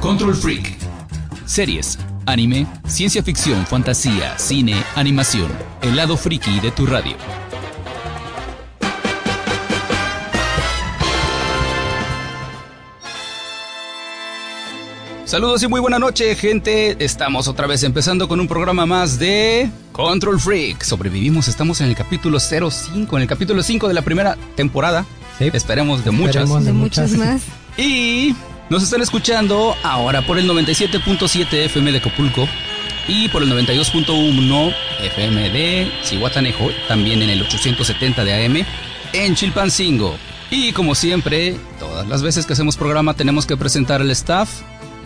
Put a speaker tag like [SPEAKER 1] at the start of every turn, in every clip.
[SPEAKER 1] Control Freak. Series, anime, ciencia ficción, fantasía, cine, animación. El lado friki de tu radio. Saludos y muy buena noche, gente. Estamos otra vez empezando con un programa más de Control Freak. Sobrevivimos, estamos en el capítulo 05, en el capítulo 5 de la primera temporada.
[SPEAKER 2] Sí.
[SPEAKER 1] Esperemos de muchas.
[SPEAKER 2] Esperemos
[SPEAKER 3] de muchas más.
[SPEAKER 1] Y nos están escuchando ahora por el 97.7 FM de Acapulco y por el 92.1 FM de Cihuatanejo, también en el 870 de AM en Chilpancingo. Y como siempre, todas las veces que hacemos programa tenemos que presentar al staff,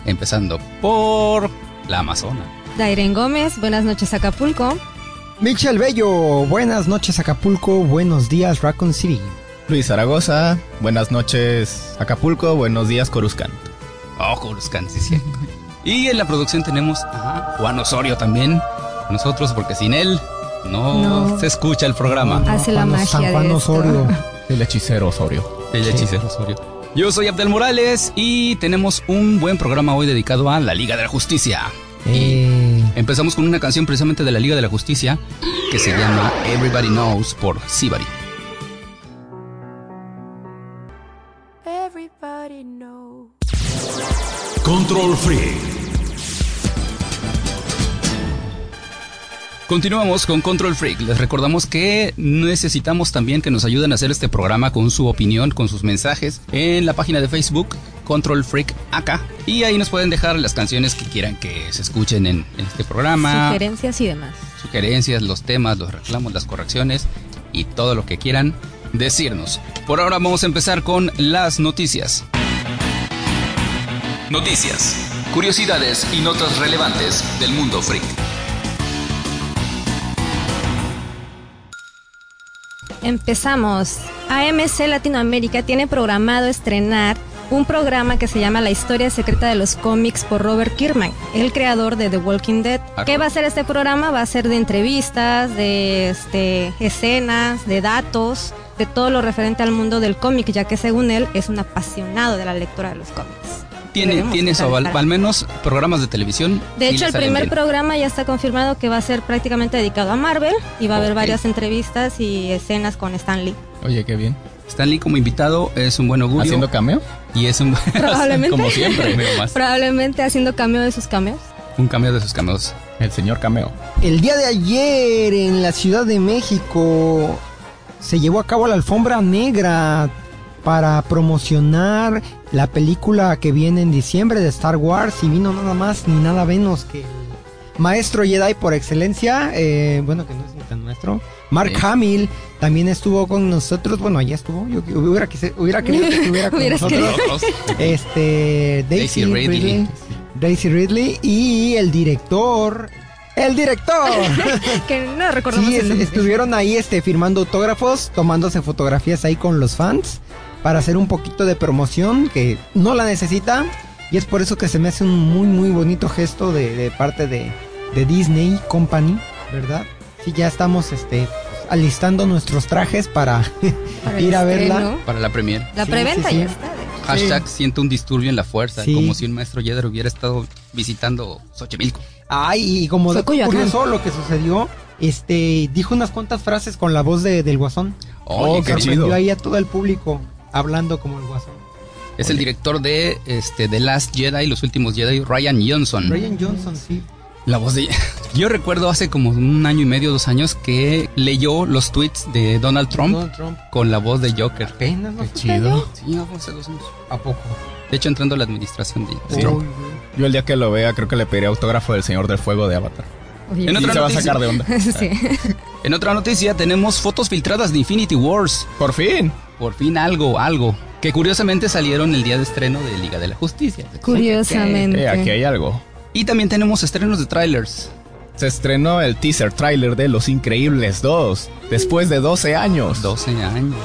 [SPEAKER 1] empezando por la Amazona.
[SPEAKER 3] Dairen Gómez, buenas noches Acapulco.
[SPEAKER 2] Michel Bello, buenas noches Acapulco, buenos días Raccoon City.
[SPEAKER 4] Luis Zaragoza, buenas noches Acapulco, buenos días Coruscant.
[SPEAKER 1] Ojo, los cancicia. Y en la producción tenemos a Juan Osorio también, con nosotros, porque sin él no,
[SPEAKER 3] No.
[SPEAKER 1] se escucha el programa.
[SPEAKER 3] Hace la magia
[SPEAKER 2] San
[SPEAKER 3] de
[SPEAKER 2] Juan
[SPEAKER 3] esto.
[SPEAKER 2] Osorio.
[SPEAKER 4] El hechicero Osorio.
[SPEAKER 1] El hechicero Osorio. Yo soy Abdel Morales y tenemos un buen programa hoy dedicado a la Liga de la Justicia.
[SPEAKER 2] Eh,
[SPEAKER 1] Empezamos con una canción precisamente de la Liga de la Justicia que se llama Everybody Knows por Sibari.
[SPEAKER 5] Everybody knows.
[SPEAKER 6] Control Freak.
[SPEAKER 1] Continuamos con Control Freak. Les recordamos que necesitamos también que nos ayuden a hacer este programa con su opinión, con sus mensajes en la página de Facebook Control Freak acá y ahí nos pueden dejar las canciones que quieran que se escuchen en, en este programa,
[SPEAKER 3] Sugerencias y demás.
[SPEAKER 1] sugerencias, los temas, los reclamos, las correcciones y todo lo que quieran decirnos. Por ahora vamos a empezar con las noticias. Noticias, curiosidades y notas relevantes del mundo freak.
[SPEAKER 3] Empezamos. AMC Latinoamérica tiene programado estrenar un programa que se llama La historia secreta de los cómics por Robert Kirkman, el creador de The Walking Dead.
[SPEAKER 1] Ah,
[SPEAKER 3] ¿Qué va a ser este programa? Va a ser de entrevistas, de este, escenas, de datos, de todo lo referente al mundo del cómic, ya que según él es un apasionado de la lectura de los cómics.
[SPEAKER 1] Tiene,
[SPEAKER 3] Veremos
[SPEAKER 1] tiene
[SPEAKER 3] qué tal
[SPEAKER 1] eso, al,
[SPEAKER 3] estará.
[SPEAKER 1] al menos programas de televisión.
[SPEAKER 3] De
[SPEAKER 1] sí
[SPEAKER 3] hecho,
[SPEAKER 1] le
[SPEAKER 3] el
[SPEAKER 1] salen
[SPEAKER 3] primer
[SPEAKER 1] bien.
[SPEAKER 3] programa ya está confirmado que va a ser prácticamente dedicado a Marvel y va a haber
[SPEAKER 1] Ok.
[SPEAKER 3] varias entrevistas y escenas con Stan Lee.
[SPEAKER 4] Oye, qué bien.
[SPEAKER 1] Stan Lee como invitado es un buen augurio.
[SPEAKER 4] ¿Haciendo cameo?
[SPEAKER 1] y es un buen-
[SPEAKER 3] Probablemente.
[SPEAKER 1] como siempre, veo más.
[SPEAKER 3] Probablemente haciendo cameo de sus cameos.
[SPEAKER 1] Un cambio de sus cameos.
[SPEAKER 4] El señor cameo.
[SPEAKER 2] el día de ayer en la Ciudad de México se llevó a cabo la alfombra negra para promocionar la película que viene en diciembre de Star Wars y vino nada más ni nada menos que el maestro Jedi por excelencia, eh, bueno que no es ni tan maestro, Mark
[SPEAKER 1] Sí.
[SPEAKER 2] Hamill también estuvo con nosotros, bueno allá estuvo, yo hubiera, quise- hubiera querido que estuviera con
[SPEAKER 3] Hubieras
[SPEAKER 2] nosotros, este Daisy,
[SPEAKER 1] Daisy Ridley.
[SPEAKER 2] Ridley. Daisy Ridley y el director, el director.
[SPEAKER 3] Que no recordamos
[SPEAKER 2] Sí,
[SPEAKER 3] el
[SPEAKER 2] es-
[SPEAKER 3] nombre.
[SPEAKER 2] estuvieron ahí este, firmando autógrafos, tomándose fotografías ahí con los fans para hacer un poquito de promoción que no la necesita. Y es por eso que se me hace un muy, muy bonito gesto de, de parte de, de Disney Company, ¿verdad? Sí, ya estamos este, alistando nuestros trajes para...
[SPEAKER 3] Para el
[SPEAKER 2] ir a
[SPEAKER 3] estreno.
[SPEAKER 2] verla.
[SPEAKER 1] Para la premier.
[SPEAKER 3] La
[SPEAKER 2] Sí,
[SPEAKER 3] preventa
[SPEAKER 2] sí, sí.
[SPEAKER 3] ya está. de hecho.
[SPEAKER 1] Hashtag siento un disturbio en la fuerza,
[SPEAKER 2] Sí.
[SPEAKER 1] como si un maestro Yedder hubiera estado visitando Xochimilco.
[SPEAKER 2] Ay, y como
[SPEAKER 3] Fue
[SPEAKER 2] de
[SPEAKER 3] Coyoacán.
[SPEAKER 2] curioso lo que sucedió, este, dijo unas cuantas frases con la voz de- del guasón.
[SPEAKER 1] Oye, qué
[SPEAKER 4] Oh, qué
[SPEAKER 1] chido.
[SPEAKER 2] Sorprendió
[SPEAKER 4] chido.
[SPEAKER 2] ahí a todo el público hablando como el guasón.
[SPEAKER 1] Es el director de este The Last Jedi, Los Últimos Jedi, Ryan Johnson.
[SPEAKER 2] Ryan Johnson, sí.
[SPEAKER 1] La voz de... Yo recuerdo hace como un año y medio, dos años, que leyó los tweets de Donald Trump
[SPEAKER 4] Oh.
[SPEAKER 2] Donald Trump.
[SPEAKER 1] con la voz de Joker.
[SPEAKER 2] Apenas no
[SPEAKER 4] Qué
[SPEAKER 2] fue
[SPEAKER 4] chido.
[SPEAKER 1] Sí, no, hace dos años.
[SPEAKER 2] ¿A poco?
[SPEAKER 1] De hecho, entrando a la administración de
[SPEAKER 4] Sí.
[SPEAKER 1] Trump.
[SPEAKER 2] Uy, güey.
[SPEAKER 4] Yo el día que lo vea, creo que le pediré autógrafo del señor del fuego de Avatar.
[SPEAKER 3] Oye,
[SPEAKER 1] En
[SPEAKER 4] Y
[SPEAKER 1] otra
[SPEAKER 4] se va a
[SPEAKER 1] noticia.
[SPEAKER 4] sacar de onda.
[SPEAKER 3] sí.
[SPEAKER 1] En otra noticia tenemos fotos filtradas de Infinity Wars.
[SPEAKER 4] Por fin.
[SPEAKER 1] Por fin algo, algo. Que curiosamente salieron el día de estreno de Liga de la Justicia.
[SPEAKER 3] Curiosamente.
[SPEAKER 4] Eh, aquí hay algo.
[SPEAKER 1] Y también tenemos estrenos de trailers.
[SPEAKER 4] Se estrenó el teaser trailer de Los Increíbles 2, después de 12 años.
[SPEAKER 1] 12 años.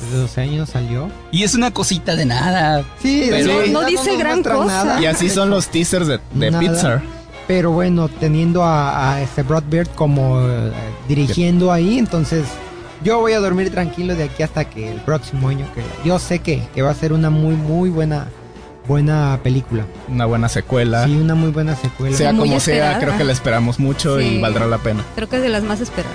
[SPEAKER 2] Desde 12 años salió.
[SPEAKER 1] Y es una cosita de nada.
[SPEAKER 2] Sí,
[SPEAKER 1] Pero-
[SPEAKER 2] en realidad
[SPEAKER 3] No dice
[SPEAKER 2] nos
[SPEAKER 3] gran
[SPEAKER 2] muestran
[SPEAKER 3] cosa.
[SPEAKER 4] Y así son los teasers de, de
[SPEAKER 2] Nada.
[SPEAKER 4] Pixar.
[SPEAKER 2] Pero bueno, teniendo a, a este Broadbeard como eh, dirigiendo ahí, entonces yo voy a dormir tranquilo de aquí hasta que el próximo año que yo sé que, que va a ser una muy muy buena buena película.
[SPEAKER 4] Una buena secuela.
[SPEAKER 2] Sí, una muy buena secuela.
[SPEAKER 4] Sea
[SPEAKER 3] Muy
[SPEAKER 4] como sea,
[SPEAKER 3] esperada.
[SPEAKER 4] creo que la esperamos mucho
[SPEAKER 3] Sí.
[SPEAKER 4] y valdrá la pena.
[SPEAKER 3] Creo que es de las más esperadas.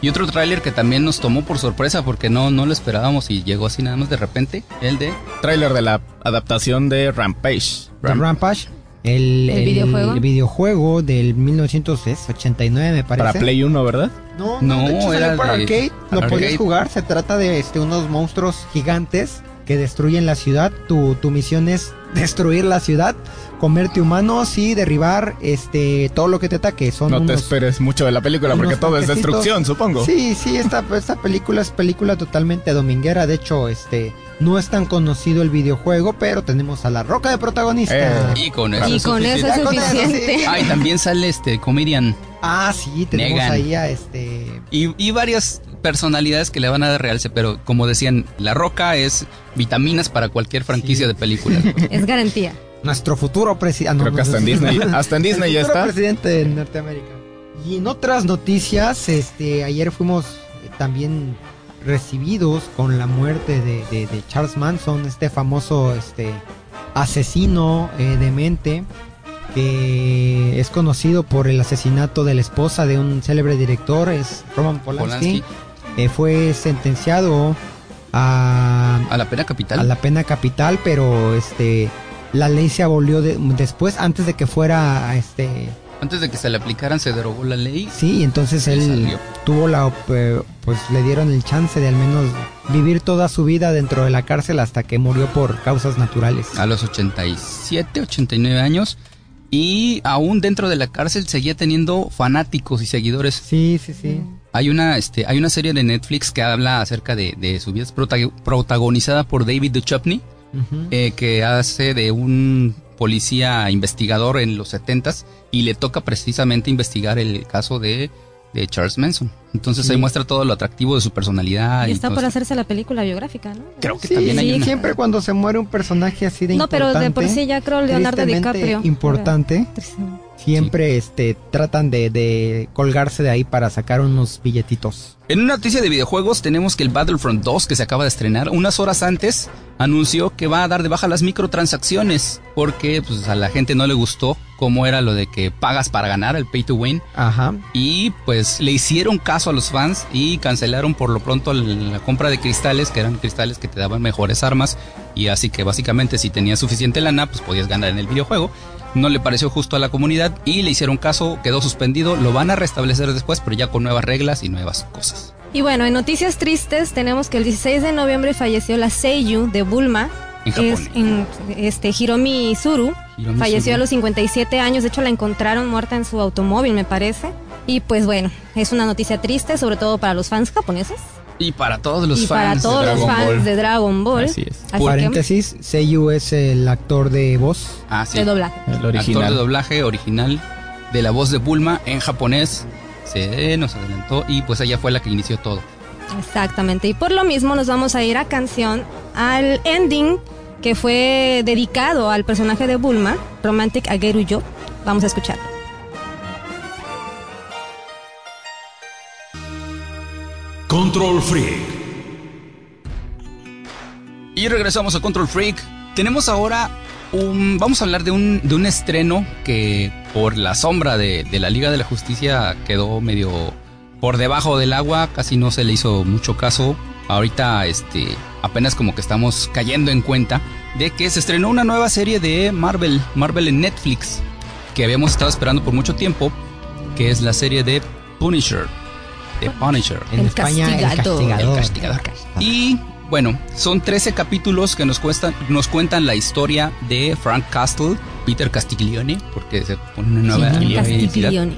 [SPEAKER 1] Y otro tráiler que también nos tomó por sorpresa porque no, no lo esperábamos y llegó así nada más de repente, el de
[SPEAKER 4] Trailer de la adaptación de Rampage.
[SPEAKER 2] The
[SPEAKER 4] Ram-
[SPEAKER 2] Rampage. El,
[SPEAKER 3] ¿El videojuego?
[SPEAKER 2] el videojuego del 1989, me parece.
[SPEAKER 4] para Play 1, ¿verdad?
[SPEAKER 2] No,
[SPEAKER 1] No,
[SPEAKER 2] de hecho salió
[SPEAKER 1] era
[SPEAKER 2] para
[SPEAKER 1] de-
[SPEAKER 2] arcade. Lo
[SPEAKER 1] para
[SPEAKER 2] podías
[SPEAKER 1] arcade.
[SPEAKER 2] jugar. Se trata de este, unos monstruos gigantes que destruyen la ciudad. Tu, tu misión es destruir la ciudad, comerte humanos y derribar este todo lo que te ataque. Son
[SPEAKER 4] no te
[SPEAKER 2] unos-
[SPEAKER 4] esperes mucho de la película porque
[SPEAKER 2] unos
[SPEAKER 4] todo es
[SPEAKER 2] tanquecitos.
[SPEAKER 4] destrucción, supongo.
[SPEAKER 2] Sí, sí, esta, esta película es película totalmente dominguera. De hecho, este no es tan conocido el videojuego, pero tenemos a la roca de protagonista.
[SPEAKER 4] Eh,
[SPEAKER 1] y con
[SPEAKER 2] Ah,
[SPEAKER 1] eso.
[SPEAKER 3] Y
[SPEAKER 1] es
[SPEAKER 3] con eso
[SPEAKER 1] suficiente.
[SPEAKER 3] es
[SPEAKER 2] Ya con eso,
[SPEAKER 3] suficiente.
[SPEAKER 2] sí.
[SPEAKER 1] Ay, también sale este comedian
[SPEAKER 2] Ah, sí, tenemos
[SPEAKER 1] Negan.
[SPEAKER 2] ahí a este.
[SPEAKER 1] y, y varias personalidades que le van a dar realce, pero como decían, La Roca es vitaminas para cualquier franquicia
[SPEAKER 2] Sí.
[SPEAKER 1] de películas.
[SPEAKER 3] Es garantía.
[SPEAKER 2] Nuestro futuro ah, presidente.
[SPEAKER 4] Creo que hasta en Disney, hasta en Disney ya
[SPEAKER 2] El futuro
[SPEAKER 4] está.
[SPEAKER 2] presidente de Norteamérica. Y en otras noticias, este, ayer fuimos eh, también recibidos con la muerte de, de- de Charles Manson, este famoso este, asesino eh, demente que es conocido por el asesinato de la esposa de un célebre director, es Roman Polanski.
[SPEAKER 1] Polanski,
[SPEAKER 2] Eh, fue sentenciado a,
[SPEAKER 1] a la pena capital.
[SPEAKER 2] a la pena capital, pero este la ley se abolió de- después, antes de que fuera este
[SPEAKER 1] Antes de que se le aplicaran, se derogó la ley.
[SPEAKER 2] sí, y entonces
[SPEAKER 1] Y
[SPEAKER 2] él
[SPEAKER 1] salió.
[SPEAKER 2] tuvo la op- eh, pues le dieron el chance de al menos vivir toda su vida dentro de la cárcel hasta que murió por causas naturales.
[SPEAKER 1] a los 87, 89 años y aún dentro de la cárcel seguía teniendo fanáticos y seguidores.
[SPEAKER 2] Sí, sí, sí.
[SPEAKER 1] Hay una, este, hay una serie de Netflix que habla acerca de, de su vida es prota- protagonizada por David Duchovny,
[SPEAKER 2] Ujú.
[SPEAKER 1] eh, que hace de un policía investigador en los 70s y le toca precisamente investigar el caso de, de Charles Manson. Entonces
[SPEAKER 2] Sí.
[SPEAKER 1] ahí muestra todo lo atractivo de su
[SPEAKER 2] Ah,
[SPEAKER 1] personalidad.
[SPEAKER 3] y
[SPEAKER 1] y
[SPEAKER 2] pues
[SPEAKER 3] está
[SPEAKER 1] todo
[SPEAKER 3] por
[SPEAKER 1] eso.
[SPEAKER 3] hacerse la película biográfica, ¿no?
[SPEAKER 1] Creo que
[SPEAKER 2] Sí,
[SPEAKER 1] también hay
[SPEAKER 2] sí,
[SPEAKER 1] una-
[SPEAKER 2] siempre cuando se muere un personaje así de
[SPEAKER 3] No, pero de por
[SPEAKER 2] importante,
[SPEAKER 3] sí ya creo Leonardo
[SPEAKER 2] tristemente
[SPEAKER 3] DiCaprio.
[SPEAKER 2] Importante.
[SPEAKER 3] Triste.
[SPEAKER 2] Siempre este tratan de, de colgarse de ahí para sacar unos billetitos.
[SPEAKER 1] En una noticia de videojuegos tenemos que el Battlefront 2 que se acaba de estrenar unas horas antes anunció que va a dar de baja las microtransacciones porque pues, a la gente no le gustó cómo era lo de que pagas para ganar el pay to win
[SPEAKER 2] Ajá.
[SPEAKER 1] y pues le hicieron caso a los fans y cancelaron por lo pronto la compra de cristales que eran cristales que te daban mejores armas y así que básicamente si tenías suficiente lana pues podías ganar en el videojuego. No le pareció justo a la comunidad y le hicieron caso, quedó suspendido, lo van a restablecer después pero ya con nuevas reglas y nuevas cosas.
[SPEAKER 3] Y bueno, en noticias tristes tenemos que el 16 de noviembre falleció la Seiyu de Bulma.
[SPEAKER 1] En Japón.
[SPEAKER 3] Es- en, este, Hiromi Suru.
[SPEAKER 1] Hiromi
[SPEAKER 3] falleció
[SPEAKER 1] Suru.
[SPEAKER 3] a los 57 años. De hecho, la encontraron muerta en su automóvil, me parece. Y pues bueno, es una noticia triste, sobre todo para los fans japoneses.
[SPEAKER 1] Y para todos los
[SPEAKER 3] y
[SPEAKER 1] fans.
[SPEAKER 3] para
[SPEAKER 1] de
[SPEAKER 3] todos los
[SPEAKER 1] Dragon
[SPEAKER 3] fans
[SPEAKER 1] Ball.
[SPEAKER 3] de Dragon Ball.
[SPEAKER 4] Así es.
[SPEAKER 3] Así que,
[SPEAKER 2] Paréntesis, Seiyu es el actor de voz.
[SPEAKER 1] Ah, sí.
[SPEAKER 3] de doblaje.
[SPEAKER 4] El
[SPEAKER 1] Actor de
[SPEAKER 4] original.
[SPEAKER 1] doblaje original de la voz de Bulma en japonés. Se nos adelantó y pues ella fue la que inició todo.
[SPEAKER 3] Exactamente. Y por lo mismo nos vamos a ir a canción al ending que fue dedicado al personaje de Bulma, Romantic Ageru Yo. Vamos a escucharlo.
[SPEAKER 6] Control Freak.
[SPEAKER 1] Y regresamos a Control Freak. Tenemos ahora un... Vamos a hablar de un, de un estreno que por la sombra de, de la Liga de la Justicia quedó medio por debajo del agua. Casi no se le hizo mucho caso. Ahorita este, apenas como que estamos cayendo en cuenta de que se estrenó una nueva serie de Marvel, Marvel en Netflix, que habíamos estado esperando por mucho tiempo, que es la serie de Punisher. The Punisher.
[SPEAKER 2] En
[SPEAKER 3] El
[SPEAKER 2] España,
[SPEAKER 3] castigador.
[SPEAKER 2] el castigador.
[SPEAKER 1] El castigador. Y bueno, son 13 capítulos que nos, cuestan, nos cuentan la historia de Frank Castle, Peter Castiglione, porque se pone una nueva
[SPEAKER 3] Sí,
[SPEAKER 1] identidad,
[SPEAKER 3] Castiglione.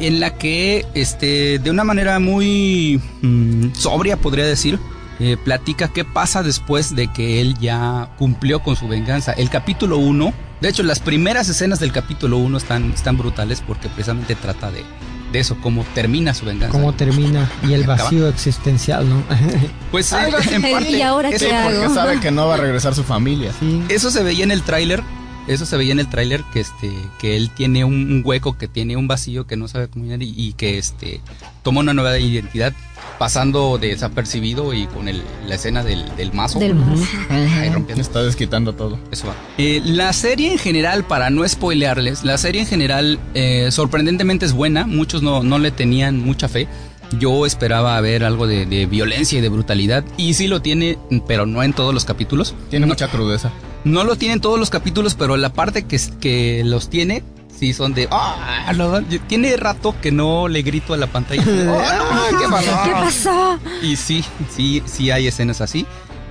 [SPEAKER 1] en la que este, de una manera muy mm, sobria, podría decir, eh, platica qué pasa después de que él ya cumplió con su venganza. El capítulo 1, de hecho las primeras escenas del capítulo 1 están, están brutales porque precisamente trata de, de eso, cómo termina su venganza.
[SPEAKER 2] ¿Cómo termina? Y el
[SPEAKER 1] Acaba.
[SPEAKER 2] vacío existencial, ¿no?
[SPEAKER 1] pues eh,
[SPEAKER 4] Algo así.
[SPEAKER 1] en parte,
[SPEAKER 3] Ah, ¿Y ahora
[SPEAKER 1] es
[SPEAKER 3] qué
[SPEAKER 4] Porque
[SPEAKER 3] hago?
[SPEAKER 4] sabe que no va a regresar su familia.
[SPEAKER 2] sí.
[SPEAKER 1] Eso se veía en el tráiler, Eso se veía en el tráiler que este que él tiene un, un hueco, que tiene un vacío que no sabe cómo llenar y, y que este toma una nueva identidad pasando desapercibido y con el- la escena del, del mazo.
[SPEAKER 3] Del mazo.
[SPEAKER 1] Ahí
[SPEAKER 4] Me
[SPEAKER 1] rompiendo
[SPEAKER 4] está desquitando todo.
[SPEAKER 1] eso va. Eh, la serie en general, para no spoilearles, la serie en general eh, sorprendentemente es buena. Muchos no, no le tenían mucha fe. Yo esperaba ver algo de, de violencia y de brutalidad. Y sí lo tiene, pero no en todos los capítulos.
[SPEAKER 4] Tiene
[SPEAKER 1] No-
[SPEAKER 4] mucha crudeza.
[SPEAKER 1] No lo tienen todos los capítulos, pero la parte que, es- que los tiene, sí son de... "Ah, no". tiene rato que no le grito a la pantalla. "Ah, ¿Qué pasó?".
[SPEAKER 3] ¿Qué pasó?
[SPEAKER 1] Y sí, sí, sí hay escenas así.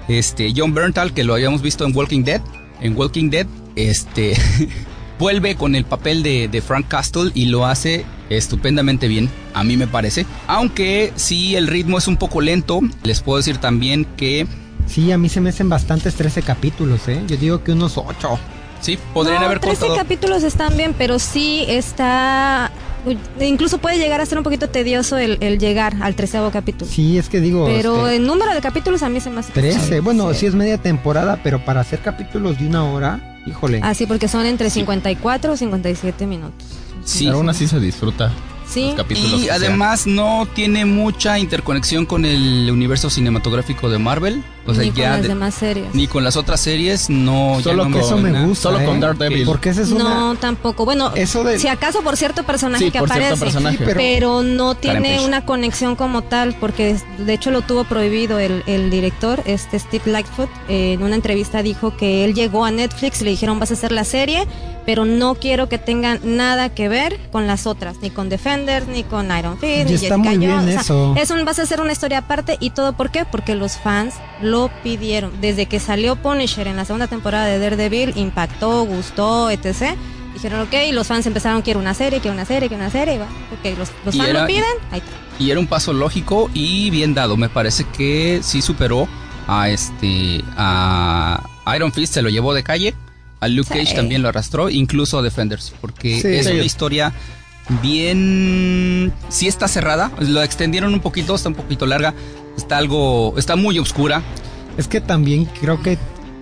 [SPEAKER 1] Este, John Berntal, que lo habíamos visto en Walking Dead, en Walking Dead, este, vuelve con el papel de, de Frank Castle y lo hace estupendamente bien, a mí me parece. Aunque sí el ritmo es un poco lento, les puedo decir también que
[SPEAKER 2] Sí, a mí se me hacen bastantes 13 capítulos, ¿eh? Yo digo que unos 8.
[SPEAKER 1] sí, podrían
[SPEAKER 3] No,
[SPEAKER 1] haber
[SPEAKER 3] 13
[SPEAKER 1] cortado.
[SPEAKER 3] capítulos están bien, pero sí está... uy, Incluso puede llegar a ser un poquito tedioso el, el llegar al treceavo capítulo.
[SPEAKER 2] Sí, es que digo...
[SPEAKER 3] Pero
[SPEAKER 2] este,
[SPEAKER 3] el número de capítulos a mí se me hace...
[SPEAKER 2] 13.
[SPEAKER 3] pesado.
[SPEAKER 2] Bueno, sí.
[SPEAKER 3] Sí.
[SPEAKER 2] es media temporada, pero para hacer capítulos de una hora, híjole.
[SPEAKER 3] Ah, sí, porque son entre 54 o 57 minutos.
[SPEAKER 1] Sí.
[SPEAKER 4] Pero aún así se disfruta
[SPEAKER 3] Sí.
[SPEAKER 4] los capítulos.
[SPEAKER 1] Y
[SPEAKER 4] que
[SPEAKER 1] además no tiene mucha interconexión con el universo cinematográfico de Marvel. O sea,
[SPEAKER 3] ni
[SPEAKER 1] ya
[SPEAKER 3] con las
[SPEAKER 1] de-
[SPEAKER 3] demás series.
[SPEAKER 1] ni con las otras series no. ya
[SPEAKER 4] Solo
[SPEAKER 1] no
[SPEAKER 4] que
[SPEAKER 2] eso me
[SPEAKER 1] suena.
[SPEAKER 4] sean.
[SPEAKER 2] gusta,
[SPEAKER 4] Solo
[SPEAKER 2] ¿eh?
[SPEAKER 4] con Daredevil.
[SPEAKER 2] Porque esa es una...
[SPEAKER 3] No, tampoco. Bueno,
[SPEAKER 2] Eso de...
[SPEAKER 3] si acaso por cierto personaje
[SPEAKER 4] Sí,
[SPEAKER 3] que
[SPEAKER 4] por cierto
[SPEAKER 3] aparece,
[SPEAKER 4] personaje.
[SPEAKER 3] pero, no tiene
[SPEAKER 1] Page.
[SPEAKER 3] una conexión como tal, porque es- de hecho lo tuvo prohibido el, el director, este Steve Lightfoot, eh, en una entrevista dijo que él llegó a Netflix, le dijeron vas a hacer la serie, pero no quiero que tengan nada que ver con las otras, ni con Defenders, ni con Iron Fist, ni
[SPEAKER 2] Y está
[SPEAKER 3] Jessica
[SPEAKER 2] muy bien
[SPEAKER 3] Jones, o sea,
[SPEAKER 2] eso.
[SPEAKER 3] es un, vas a hacer una historia aparte y todo por qué? Porque los fans lo pidieron. Desde que salió Punisher en la segunda temporada de Daredevil, impactó, gustó, etc. Dijeron, ok, y los fans empezaron, quiero una serie, quiero una serie, quiero una serie. y va. Ok, los, los
[SPEAKER 1] Y
[SPEAKER 3] fans
[SPEAKER 1] era-
[SPEAKER 3] lo piden, ahí está.
[SPEAKER 1] y era un paso lógico y bien dado. Me parece que sí superó a este a Iron Fist, se lo llevó de calle. A Luke
[SPEAKER 3] Sí.
[SPEAKER 1] Cage también lo arrastró, incluso a Defenders, porque
[SPEAKER 2] Sí.
[SPEAKER 1] es
[SPEAKER 2] Sí.
[SPEAKER 1] una historia bien sí está cerrada, lo extendieron un poquito, está un poquito larga, está algo está muy oscura.
[SPEAKER 2] Es que también creo que,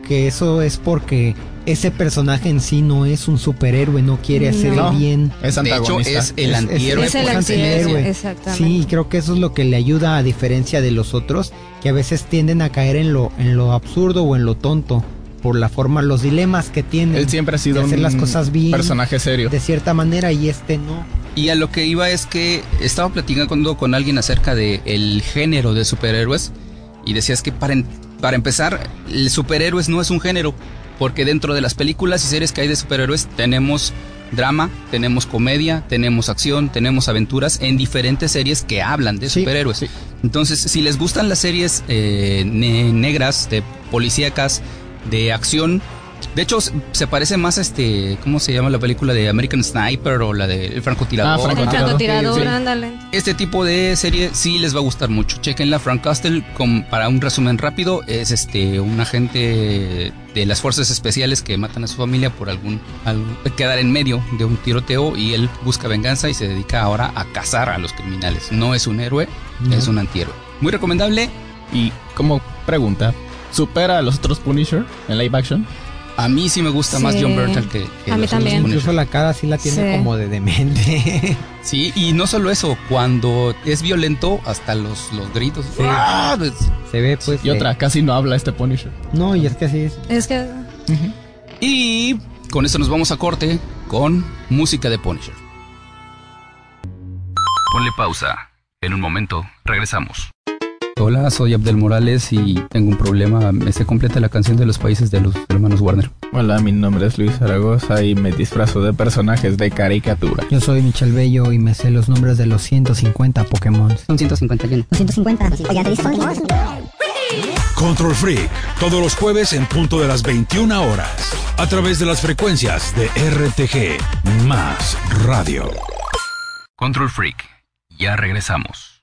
[SPEAKER 2] que eso es porque ese personaje en sí no es un superhéroe, no quiere hacer
[SPEAKER 3] No.
[SPEAKER 2] el bien.
[SPEAKER 4] sea. Es
[SPEAKER 1] de hecho
[SPEAKER 4] antagonista.
[SPEAKER 1] es el
[SPEAKER 2] Es- es-
[SPEAKER 1] antihéroe
[SPEAKER 3] Es el
[SPEAKER 1] por
[SPEAKER 3] antihéroe,
[SPEAKER 1] excelencia.
[SPEAKER 3] exactamente.
[SPEAKER 2] Sí, creo que eso es lo que le ayuda a diferencia de los otros, que a veces tienden a caer en lo, en lo absurdo o en lo tonto, por la forma, los dilemas que tienen.
[SPEAKER 4] Él siempre ha sido
[SPEAKER 2] de hacer
[SPEAKER 4] un
[SPEAKER 2] las cosas bien,
[SPEAKER 4] personaje serio.
[SPEAKER 2] de cierta manera y este no.
[SPEAKER 1] Y a lo que iba es que estaba platicando con alguien acerca de el género de superhéroes y decías que para, en- para empezar, el superhéroes no es un género, porque dentro de las películas y series que hay de superhéroes tenemos drama, tenemos comedia, tenemos acción, tenemos aventuras en diferentes series que hablan de
[SPEAKER 2] Sí,
[SPEAKER 1] superhéroes.
[SPEAKER 4] sí.
[SPEAKER 1] Entonces, si les gustan las series eh, ne- negras, de policíacas, de acción, de hecho s- se parece más a este, ¿cómo se llama la película de American Sniper o la de El francotirador?
[SPEAKER 4] Ah,
[SPEAKER 3] El
[SPEAKER 4] Francotirador.
[SPEAKER 3] francotirador,
[SPEAKER 4] Sí.
[SPEAKER 3] ándale.
[SPEAKER 1] Este tipo de serie sí les va a gustar mucho. Chequenla, Frank Castle, con- para un resumen rápido, es este un agente de las fuerzas especiales que matan a su familia por algún, algún- quedar en medio de un tiroteo y él busca venganza y se dedica ahora a cazar a los criminales. No es un héroe,
[SPEAKER 2] No.
[SPEAKER 1] es un antihéroe. Muy recomendable.
[SPEAKER 4] Y como pregunta, ¿supera a los otros Punisher en live action?
[SPEAKER 1] A mí sí me gusta más
[SPEAKER 3] Sí.
[SPEAKER 1] John Bertal que, que
[SPEAKER 3] A mí
[SPEAKER 1] los otros
[SPEAKER 3] también.
[SPEAKER 1] Punisher.
[SPEAKER 2] Incluso la cara sí la tiene
[SPEAKER 3] Sí.
[SPEAKER 2] como de demente.
[SPEAKER 1] Sí, y no solo eso, cuando es violento, hasta los, los gritos.
[SPEAKER 2] Sí.
[SPEAKER 1] ¡Ah!
[SPEAKER 2] Se ve pues.
[SPEAKER 4] Y
[SPEAKER 2] eh,
[SPEAKER 4] otra, casi no habla este Punisher.
[SPEAKER 2] No, y es que así es.
[SPEAKER 3] Es que
[SPEAKER 1] Y con esto nos vamos a corte con música de Punisher. Ponle pausa. En un momento regresamos. Hola, soy Abdel Morales y tengo un problema. Me se completa la canción de los países de los hermanos Warner.
[SPEAKER 4] Hola, mi nombre es Luis Zaragoza y me disfrazo de personajes de caricatura.
[SPEAKER 2] Yo soy Michel Bello y me sé los nombres de los 150 Pokémon.
[SPEAKER 1] Son 151.
[SPEAKER 5] 250. Oye, Andrés, ¿cómo?
[SPEAKER 6] Control Freak, todos los jueves en punto de las 21 horas, a través de las frecuencias de RTG más radio.
[SPEAKER 1] Control Freak. Ya regresamos.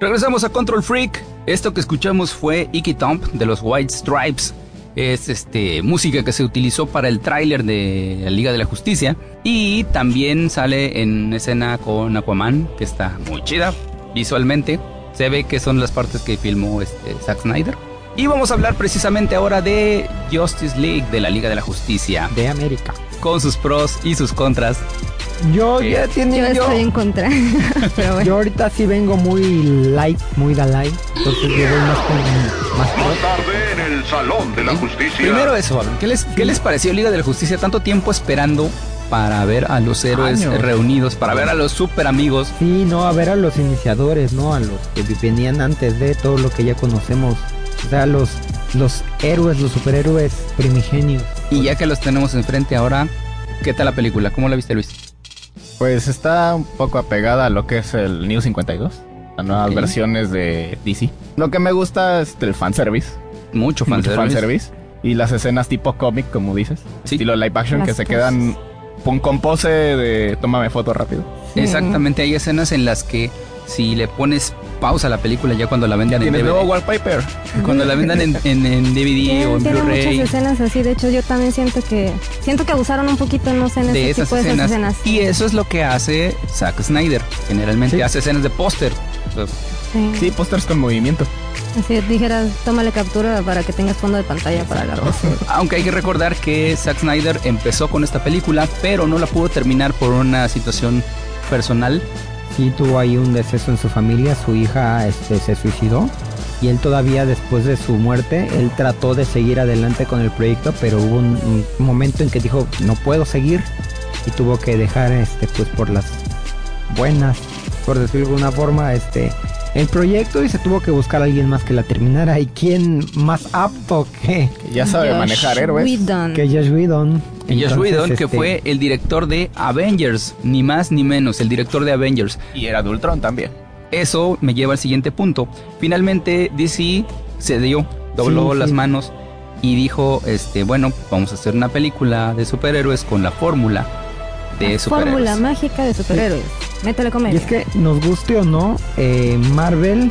[SPEAKER 1] Regresamos a Control Freak. Esto que escuchamos fue Icky Thump de los White Stripes. Es este, música que se utilizó para el tráiler de la Liga de la Justicia. Y también sale en escena con Aquaman, que está muy chida visualmente. Se ve que son las partes que filmó este, Zack Snyder. Y vamos a hablar precisamente ahora de Justice League, de la Liga de la Justicia,
[SPEAKER 2] de América.
[SPEAKER 1] con sus pros y sus contras.
[SPEAKER 2] Yo
[SPEAKER 1] Sí.
[SPEAKER 2] ya tiene
[SPEAKER 3] Yo
[SPEAKER 2] yo,
[SPEAKER 3] estoy en contra. Pero bueno.
[SPEAKER 2] yo ahorita sí vengo muy light, muy Dalai, entonces yo voy más con más
[SPEAKER 7] Más tarde en el Salón de la Justicia.
[SPEAKER 1] Primero eso, Alan, ¿qué les, ¿qué les pareció Liga de la Justicia? Tanto tiempo esperando para ver a los héroes
[SPEAKER 4] Años.
[SPEAKER 1] reunidos, para ver a los super amigos.
[SPEAKER 2] Sí, no, a ver a los iniciadores, ¿no? A los que vi- venían antes de todo lo que ya conocemos. O sea, los, los héroes, los superhéroes primigenios.
[SPEAKER 1] Y ya que los tenemos enfrente ahora, ¿qué tal la película? ¿Cómo la viste, Luis?
[SPEAKER 4] Pues está un poco apegada a lo que es el New 52, las nuevas
[SPEAKER 1] Ok.
[SPEAKER 4] versiones de DC. Lo que me gusta es el fanservice,
[SPEAKER 1] Mucho
[SPEAKER 4] mucho
[SPEAKER 1] fanservice.
[SPEAKER 4] fanservice y las escenas tipo cómic, como dices,
[SPEAKER 1] Sí.
[SPEAKER 4] estilo live action
[SPEAKER 3] Las
[SPEAKER 4] que se
[SPEAKER 3] poses.
[SPEAKER 4] quedan pon- con pose de tómame foto rápido.
[SPEAKER 1] Exactamente, hay escenas en las que si le pones pausa a la película ya cuando la vendan en
[SPEAKER 4] Tienes
[SPEAKER 1] DVD,
[SPEAKER 4] nuevo wallpaper.
[SPEAKER 1] cuando la vendan en, en- en DVD o en
[SPEAKER 3] tiene muchas
[SPEAKER 1] Blu-ray,
[SPEAKER 3] escenas así. De hecho, yo también siento que siento que abusaron un poquito, no sé, en
[SPEAKER 1] de
[SPEAKER 3] ese
[SPEAKER 1] esas
[SPEAKER 3] tipo de esas
[SPEAKER 1] escenas.
[SPEAKER 3] escenas.
[SPEAKER 1] Y eso es lo que hace Zack Snyder. Generalmente
[SPEAKER 2] Sí.
[SPEAKER 1] hace escenas de póster.
[SPEAKER 3] Sí.
[SPEAKER 4] Sí, pósters con movimiento.
[SPEAKER 3] Así dijeras, tómale captura para que tengas fondo de pantalla para la cosa.
[SPEAKER 1] Aunque hay que recordar que Zack Snyder empezó con esta película, pero no la pudo terminar por una situación personal.
[SPEAKER 2] Sí, tuvo ahí un deceso en su familia, su hija este, se suicidó. Y él todavía después de su muerte, él trató de seguir adelante con el proyecto, pero hubo un, un momento en que dijo, no puedo seguir. Y tuvo que dejar, este, pues por las buenas, por decirlo de alguna forma, este, el proyecto y se tuvo que buscar a alguien más que la terminara. ¿Y quién más apto que,
[SPEAKER 4] que Ya sabe
[SPEAKER 3] Josh
[SPEAKER 4] manejar héroes.
[SPEAKER 3] Whedon.
[SPEAKER 2] que Josh Whedon?
[SPEAKER 1] Y Josh
[SPEAKER 2] Entonces,
[SPEAKER 1] Whedon, que
[SPEAKER 2] este,
[SPEAKER 1] fue el director de Avengers, ni más ni menos, el director de Avengers.
[SPEAKER 4] Y era de Ultron también.
[SPEAKER 1] Eso me lleva al siguiente punto. Finalmente DC se dio, dobló
[SPEAKER 2] Sí,
[SPEAKER 1] las
[SPEAKER 2] sí.
[SPEAKER 1] manos y dijo, este, bueno, vamos a hacer una película de superhéroes con la fórmula de
[SPEAKER 3] La
[SPEAKER 1] superhéroes.
[SPEAKER 3] Fórmula mágica de superhéroes. Métele
[SPEAKER 2] Y
[SPEAKER 3] comedia.
[SPEAKER 2] es que nos guste o no, eh, Marvel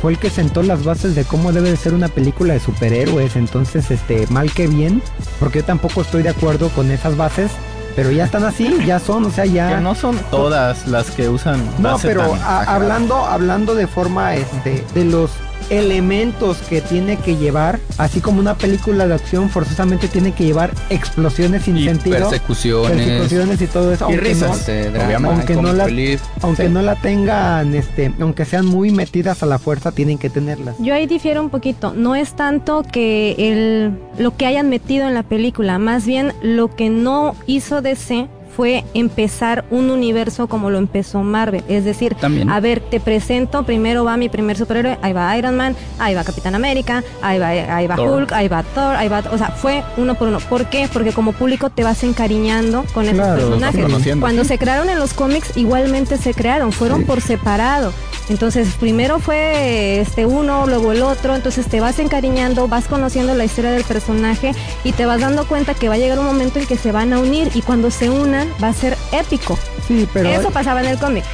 [SPEAKER 2] fue el que sentó las bases de cómo debe de ser una película de superhéroes. Entonces, este, mal que bien, porque yo tampoco estoy de acuerdo con esas bases, pero ya están así, ya son, o sea, ya.
[SPEAKER 4] Que no son todas las que usan.
[SPEAKER 2] Ah. No,
[SPEAKER 4] base
[SPEAKER 2] pero
[SPEAKER 4] tan
[SPEAKER 2] a-
[SPEAKER 4] exagerada.
[SPEAKER 2] hablando, hablando de forma este, de los elementos que tiene que llevar, así como una película de acción forzosamente tiene que llevar explosiones sin
[SPEAKER 1] Y
[SPEAKER 2] sentido,
[SPEAKER 1] persecuciones.
[SPEAKER 2] persecuciones y todo eso,
[SPEAKER 4] Y
[SPEAKER 2] aunque no-
[SPEAKER 4] risas.
[SPEAKER 1] este, drama,
[SPEAKER 4] Obviamente.
[SPEAKER 2] Aunque no
[SPEAKER 1] comic
[SPEAKER 2] la-
[SPEAKER 1] relief.
[SPEAKER 2] aunque
[SPEAKER 4] Sí.
[SPEAKER 2] no la tengan, este, aunque sean muy metidas a la fuerza, tienen que tenerlas.
[SPEAKER 3] Yo ahí difiero un poquito. No es tanto que el, lo que hayan metido en la película, más bien lo que no hizo DC fue empezar un universo como lo empezó Marvel. Es decir,
[SPEAKER 1] También.
[SPEAKER 3] a ver, te presento, primero va mi primer superhéroe, ahí va Iron Man, ahí va Capitán América, ahí va, ahí va
[SPEAKER 1] Thor.
[SPEAKER 3] Hulk, ahí va Thor, ahí va... O sea, fue uno por uno. ¿Por qué? Porque como público te vas encariñando con esos
[SPEAKER 2] Claro, los vas
[SPEAKER 3] personajes.
[SPEAKER 4] conociendo.
[SPEAKER 3] Cuando se crearon en los cómics, igualmente se crearon, fueron por separado. Entonces, primero fue este uno, luego el otro, entonces te vas encariñando, vas conociendo la historia del personaje y te vas dando cuenta que va a llegar un momento en que se van a unir y cuando se unan va a ser épico.
[SPEAKER 2] Sí, pero, eh,
[SPEAKER 3] Eso pasaba en el cómic.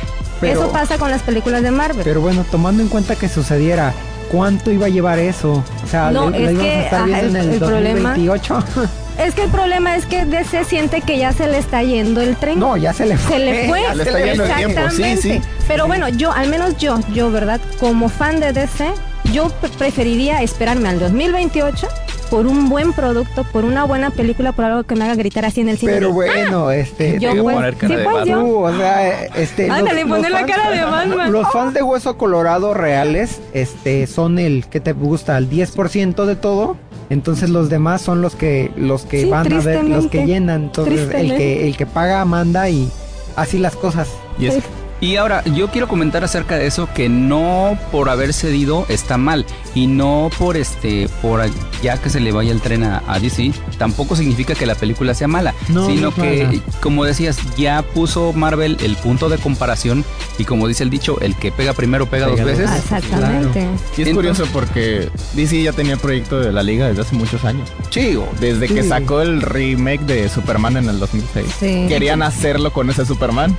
[SPEAKER 2] Pero-
[SPEAKER 3] Eso pasa con las películas de Marvel.
[SPEAKER 2] pero bueno, tomando en cuenta que sucediera, ¿cuánto iba a llevar eso? O sea,
[SPEAKER 3] No,
[SPEAKER 2] ¿la- la
[SPEAKER 3] es
[SPEAKER 2] íbamos a
[SPEAKER 3] que,
[SPEAKER 2] estar
[SPEAKER 3] ajá,
[SPEAKER 2] viendo
[SPEAKER 3] el-
[SPEAKER 2] en el,
[SPEAKER 3] el problema-
[SPEAKER 2] 2028.
[SPEAKER 3] Es que el problema es que DC siente que ya se le está yendo el tren.
[SPEAKER 2] no, ya se le fue.
[SPEAKER 3] Se le fue.
[SPEAKER 4] eh, ya le está yendo el tiempo, sí,
[SPEAKER 3] Exactamente.
[SPEAKER 4] sí.
[SPEAKER 3] Pero bueno, yo, al menos yo, yo, ¿verdad? Como fan de DC, yo pre- preferiría esperarme al 2028 por un buen producto, por una buena película, por algo que me haga gritar así en el cine.
[SPEAKER 2] Pero
[SPEAKER 3] de,
[SPEAKER 2] bueno, este,
[SPEAKER 3] Ah, yo
[SPEAKER 2] tú-
[SPEAKER 4] voy a
[SPEAKER 3] pues,
[SPEAKER 4] poner
[SPEAKER 3] sí,
[SPEAKER 4] cara de
[SPEAKER 3] pues yo.
[SPEAKER 2] tú, o sea, este,
[SPEAKER 3] Ándale, ponle la
[SPEAKER 2] fans-
[SPEAKER 3] cara de Batman.
[SPEAKER 2] Los fans de Hueso Colorado reales, este, son el que te gusta el 10% de todo. Entonces los demás son los que los que
[SPEAKER 3] Sí,
[SPEAKER 2] van a ver, los que
[SPEAKER 3] tristemente.
[SPEAKER 2] llenan. Entonces el que
[SPEAKER 3] Tristemente.
[SPEAKER 2] el que paga manda y así las cosas.
[SPEAKER 4] Y es-
[SPEAKER 1] Y ahora, yo quiero comentar acerca de eso que no por haber cedido está mal y no por este por ya que se le vaya el tren a, a DC, tampoco significa que la película sea mala,
[SPEAKER 2] No, no
[SPEAKER 1] sino
[SPEAKER 2] es
[SPEAKER 1] que
[SPEAKER 2] mala.
[SPEAKER 1] como decías, ya puso Marvel el punto de comparación y como dice el dicho, el que pega primero pega, dos
[SPEAKER 2] Pega dos
[SPEAKER 1] veces.
[SPEAKER 3] Ah, exactamente.
[SPEAKER 4] y es curioso porque DC ya tenía el proyecto de la liga desde hace muchos años.
[SPEAKER 1] Chigo.
[SPEAKER 4] Desde que
[SPEAKER 2] Sí.
[SPEAKER 4] sacó el remake de Superman en el 2006.
[SPEAKER 3] Sí.
[SPEAKER 4] Querían hacerlo con ese Superman,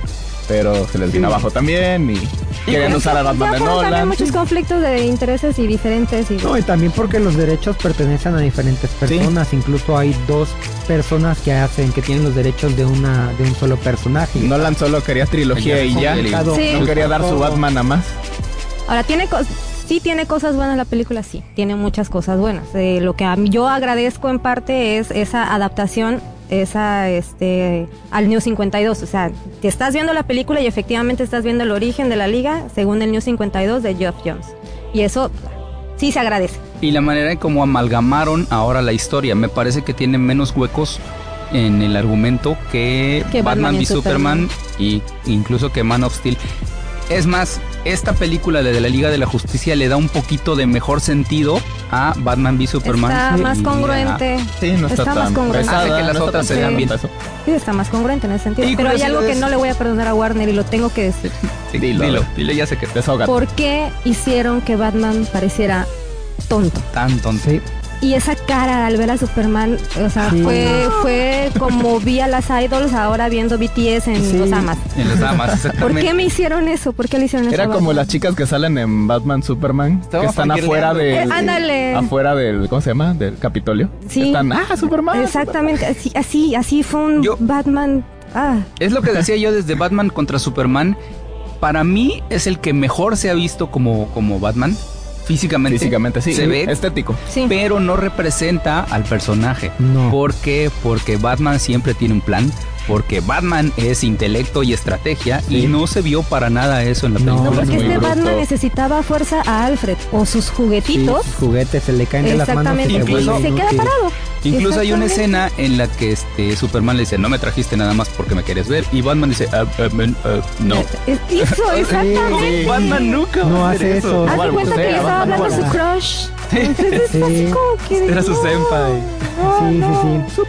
[SPEAKER 4] pero se les vino
[SPEAKER 2] Sí.
[SPEAKER 4] abajo también y querían
[SPEAKER 3] Pero
[SPEAKER 4] usar a
[SPEAKER 3] ya
[SPEAKER 4] Batman de
[SPEAKER 3] fueron también
[SPEAKER 4] Nolan.
[SPEAKER 3] muchos conflictos de intereses y diferentes. Y,
[SPEAKER 2] No, y también porque los derechos pertenecen a diferentes personas, incluso hay dos personas que hacen que tienen los derechos de una de un solo personaje.
[SPEAKER 4] Nolan solo quería trilogía y ya.
[SPEAKER 1] Sí.
[SPEAKER 4] No quería dar su Batman a más.
[SPEAKER 3] Ahora tiene cos- Sí tiene cosas buenas la película, sí, tiene muchas cosas buenas. Eh, lo que a mí- yo agradezco en parte es esa adaptación esa este al New 52, o sea, te estás viendo la película y efectivamente estás viendo el origen de la liga según el New 52 de Geoff Jones. Y eso sí se agradece.
[SPEAKER 1] Y la manera en cómo amalgamaron ahora la historia, me parece que tiene menos huecos en el argumento que,
[SPEAKER 3] Que
[SPEAKER 1] Batman
[SPEAKER 3] Batman
[SPEAKER 1] v
[SPEAKER 3] y
[SPEAKER 1] Superman y incluso que Man of Steel. Es más, esta película de la Liga de la Justicia le da un poquito de mejor sentido a Batman v Superman.
[SPEAKER 3] está
[SPEAKER 1] Y
[SPEAKER 3] más
[SPEAKER 1] a-
[SPEAKER 3] congruente.
[SPEAKER 4] Sí, no está,
[SPEAKER 3] Está más
[SPEAKER 4] tan
[SPEAKER 3] congruente.
[SPEAKER 1] Hace
[SPEAKER 4] pesada.
[SPEAKER 1] que las
[SPEAKER 4] no está
[SPEAKER 1] otras
[SPEAKER 4] tan
[SPEAKER 1] se vean bien.
[SPEAKER 4] pesada.
[SPEAKER 3] Sí, está más congruente en ese sentido.
[SPEAKER 1] Y
[SPEAKER 3] Pero hay algo que
[SPEAKER 1] curiosidades.
[SPEAKER 3] no le voy a perdonar a Warner y lo tengo que decir.
[SPEAKER 1] Sí,
[SPEAKER 4] Dilo,
[SPEAKER 1] dilo,
[SPEAKER 4] a
[SPEAKER 1] dilo,
[SPEAKER 4] ver.
[SPEAKER 1] ya sé que te
[SPEAKER 4] Desahógate.
[SPEAKER 3] ¿Por qué hicieron que Batman pareciera tonto?
[SPEAKER 1] tan tonto.
[SPEAKER 2] Sí.
[SPEAKER 3] Y esa cara al ver a Superman, o sea,
[SPEAKER 2] Sí.
[SPEAKER 3] fue, fue como vi a las idols ahora viendo BTS en
[SPEAKER 2] Sí.
[SPEAKER 3] los amas.
[SPEAKER 1] En las damas,
[SPEAKER 3] ¿Por
[SPEAKER 1] exactamente.
[SPEAKER 3] qué me hicieron eso? ¿Por qué le hicieron eso? a
[SPEAKER 4] Era como
[SPEAKER 3] Batman?
[SPEAKER 4] las chicas que salen en Batman Superman,
[SPEAKER 1] Estaba
[SPEAKER 4] que están afuera
[SPEAKER 1] fangirleando.
[SPEAKER 4] del
[SPEAKER 3] Eh, ándale.
[SPEAKER 4] afuera del ¿cómo se llama? del Capitolio.
[SPEAKER 3] Sí.
[SPEAKER 4] Están, ah, Superman.
[SPEAKER 3] Exactamente, así, así, así fue un
[SPEAKER 1] Yo-
[SPEAKER 3] Batman. Ah,
[SPEAKER 1] Es lo que decía yo desde Batman contra Superman. Para mí es el que mejor se ha visto como, como Batman. Físicamente.
[SPEAKER 4] Físicamente sí,
[SPEAKER 1] Se ve.
[SPEAKER 4] estético.
[SPEAKER 3] sí.
[SPEAKER 1] Pero no representa al personaje.
[SPEAKER 2] No.
[SPEAKER 1] ¿Por qué? Porque Batman siempre tiene un plan. Porque Batman es intelecto y estrategia. Y no se vio para nada eso en la
[SPEAKER 2] No,
[SPEAKER 1] película.
[SPEAKER 3] No, porque
[SPEAKER 4] muy
[SPEAKER 3] este
[SPEAKER 4] bruto.
[SPEAKER 3] Batman necesitaba fuerza a Alfred o sus
[SPEAKER 2] Sí,
[SPEAKER 3] juguetitos.
[SPEAKER 2] sus juguetes se le caen de las manos y
[SPEAKER 3] Exactamente,
[SPEAKER 2] se
[SPEAKER 3] y
[SPEAKER 1] Incluso-
[SPEAKER 2] vuelve
[SPEAKER 3] se queda
[SPEAKER 2] inútil.
[SPEAKER 3] parado.
[SPEAKER 1] Incluso hay una
[SPEAKER 3] Exactamente.
[SPEAKER 1] escena en la que este Superman le dice, no me trajiste nada más porque me quieres ver. Y Batman dice, "Ah, ah, men, ah, no.
[SPEAKER 3] Es- Eso, exactamente.
[SPEAKER 1] Batman nunca va
[SPEAKER 2] No
[SPEAKER 1] a hacer
[SPEAKER 2] hace eso.
[SPEAKER 3] Haz de
[SPEAKER 4] Bueno,
[SPEAKER 3] cuenta
[SPEAKER 4] pues,
[SPEAKER 3] que
[SPEAKER 4] sí,
[SPEAKER 3] le estaba
[SPEAKER 4] Batman
[SPEAKER 3] hablando a su crush. Entonces es
[SPEAKER 2] Sí.
[SPEAKER 3] así como que.
[SPEAKER 1] Era su
[SPEAKER 3] no,
[SPEAKER 1] senpai.
[SPEAKER 3] no,
[SPEAKER 2] Sí,
[SPEAKER 3] Ah, no.
[SPEAKER 2] sí, sí.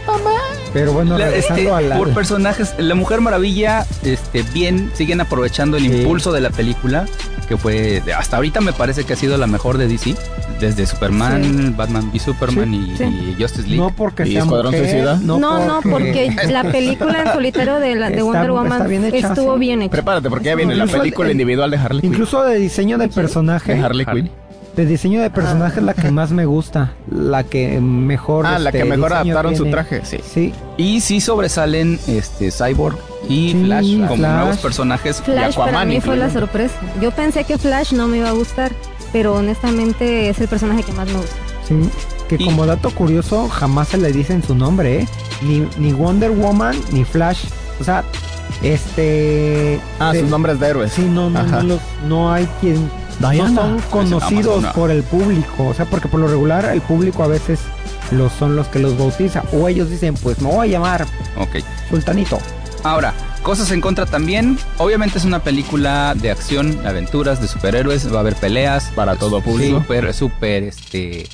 [SPEAKER 2] Pero bueno,
[SPEAKER 1] La-
[SPEAKER 2] regresando
[SPEAKER 1] este,
[SPEAKER 2] a la-
[SPEAKER 1] por personajes, la Mujer Maravilla, este, bien, siguen aprovechando el
[SPEAKER 2] Sí.
[SPEAKER 1] impulso de la película, que fue, de- hasta ahorita me parece que ha sido la mejor de DC, desde Superman, Batman v Superman y,
[SPEAKER 3] Sí.
[SPEAKER 1] y Justice League.
[SPEAKER 2] No porque
[SPEAKER 4] ¿Y
[SPEAKER 2] sea
[SPEAKER 4] Escuadrón
[SPEAKER 2] mujer,
[SPEAKER 4] Suicida?
[SPEAKER 2] No,
[SPEAKER 3] No, no, porque la película en solitario de, la, de
[SPEAKER 2] Está-
[SPEAKER 3] Wonder Woman
[SPEAKER 2] está bien hecha,
[SPEAKER 3] estuvo
[SPEAKER 2] sí.
[SPEAKER 3] bien hecha.
[SPEAKER 4] Prepárate porque ya viene la
[SPEAKER 2] Incluso-
[SPEAKER 4] película
[SPEAKER 2] eh,
[SPEAKER 4] individual de Harley Quinn.
[SPEAKER 2] Incluso de diseño de
[SPEAKER 4] de
[SPEAKER 2] personaje,
[SPEAKER 4] Harley Quinn.
[SPEAKER 2] de diseño de personaje es la
[SPEAKER 3] Ah.
[SPEAKER 2] que más me gusta, la que mejor
[SPEAKER 4] Ah, la
[SPEAKER 2] este,
[SPEAKER 4] que mejor
[SPEAKER 2] diseño
[SPEAKER 4] adaptaron su
[SPEAKER 2] tiene.
[SPEAKER 4] traje, sí.
[SPEAKER 2] Sí,
[SPEAKER 1] Y sí sobresalen este, Cyborg y
[SPEAKER 2] Sí,
[SPEAKER 1] Flash como
[SPEAKER 2] Flash.
[SPEAKER 1] nuevos personajes.
[SPEAKER 3] Flash para
[SPEAKER 4] Aquaman
[SPEAKER 3] mí fue
[SPEAKER 4] incluye.
[SPEAKER 3] la sorpresa. Yo pensé que Flash no me iba a gustar, pero honestamente es el personaje que más me gusta.
[SPEAKER 2] sí. Que
[SPEAKER 1] Y-
[SPEAKER 2] como dato curioso, jamás se le dicen su nombre, ¿eh? Ni, ni Wonder Woman, ni Flash. O sea, este...
[SPEAKER 4] Ah,
[SPEAKER 2] de-
[SPEAKER 4] sus nombres de héroes.
[SPEAKER 2] Sí, no, no, no,
[SPEAKER 4] Ajá.
[SPEAKER 2] los- no hay quien...
[SPEAKER 4] Diana.
[SPEAKER 2] No son conocidos
[SPEAKER 1] Amazona.
[SPEAKER 2] por el público. O sea, porque por lo regular el público a veces los son los que los bautiza. O ellos dicen, pues me voy a llamar
[SPEAKER 1] Ok.
[SPEAKER 2] Sultanito.
[SPEAKER 1] Ahora, cosas en contra también. Obviamente es una película de acción, aventuras, de superhéroes. Va a haber peleas.
[SPEAKER 4] Para todo público.
[SPEAKER 1] Súper, súper, este.